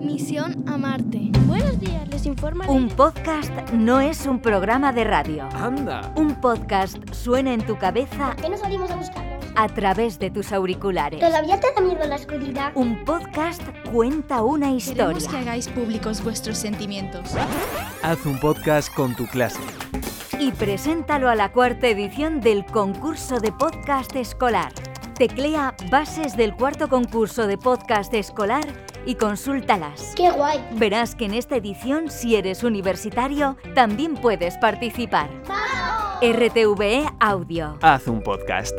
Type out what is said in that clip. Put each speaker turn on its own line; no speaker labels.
Misión a Marte.
Buenos días, les informa. la
Un
idea-
podcast no es un programa de radio.
¡Anda!
Un podcast suena en tu cabeza
¿Por qué no salimos a buscarlos?
a través de tus auriculares.
¿Todavía te da miedo la oscuridad?
Un podcast cuenta una
Queremos que
historia.
hagáis públicos vuestros sentimientos.
Haz un podcast con tu clase.
Y preséntalo a la cuarta edición del concurso de podcast escolar. Teclea bases del cuarto concurso de podcast escolar y consúltalas.
¡Qué guay!
Verás que en esta edición, si eres universitario, también puedes participar. RTVE E Audio.
Haz un podcast.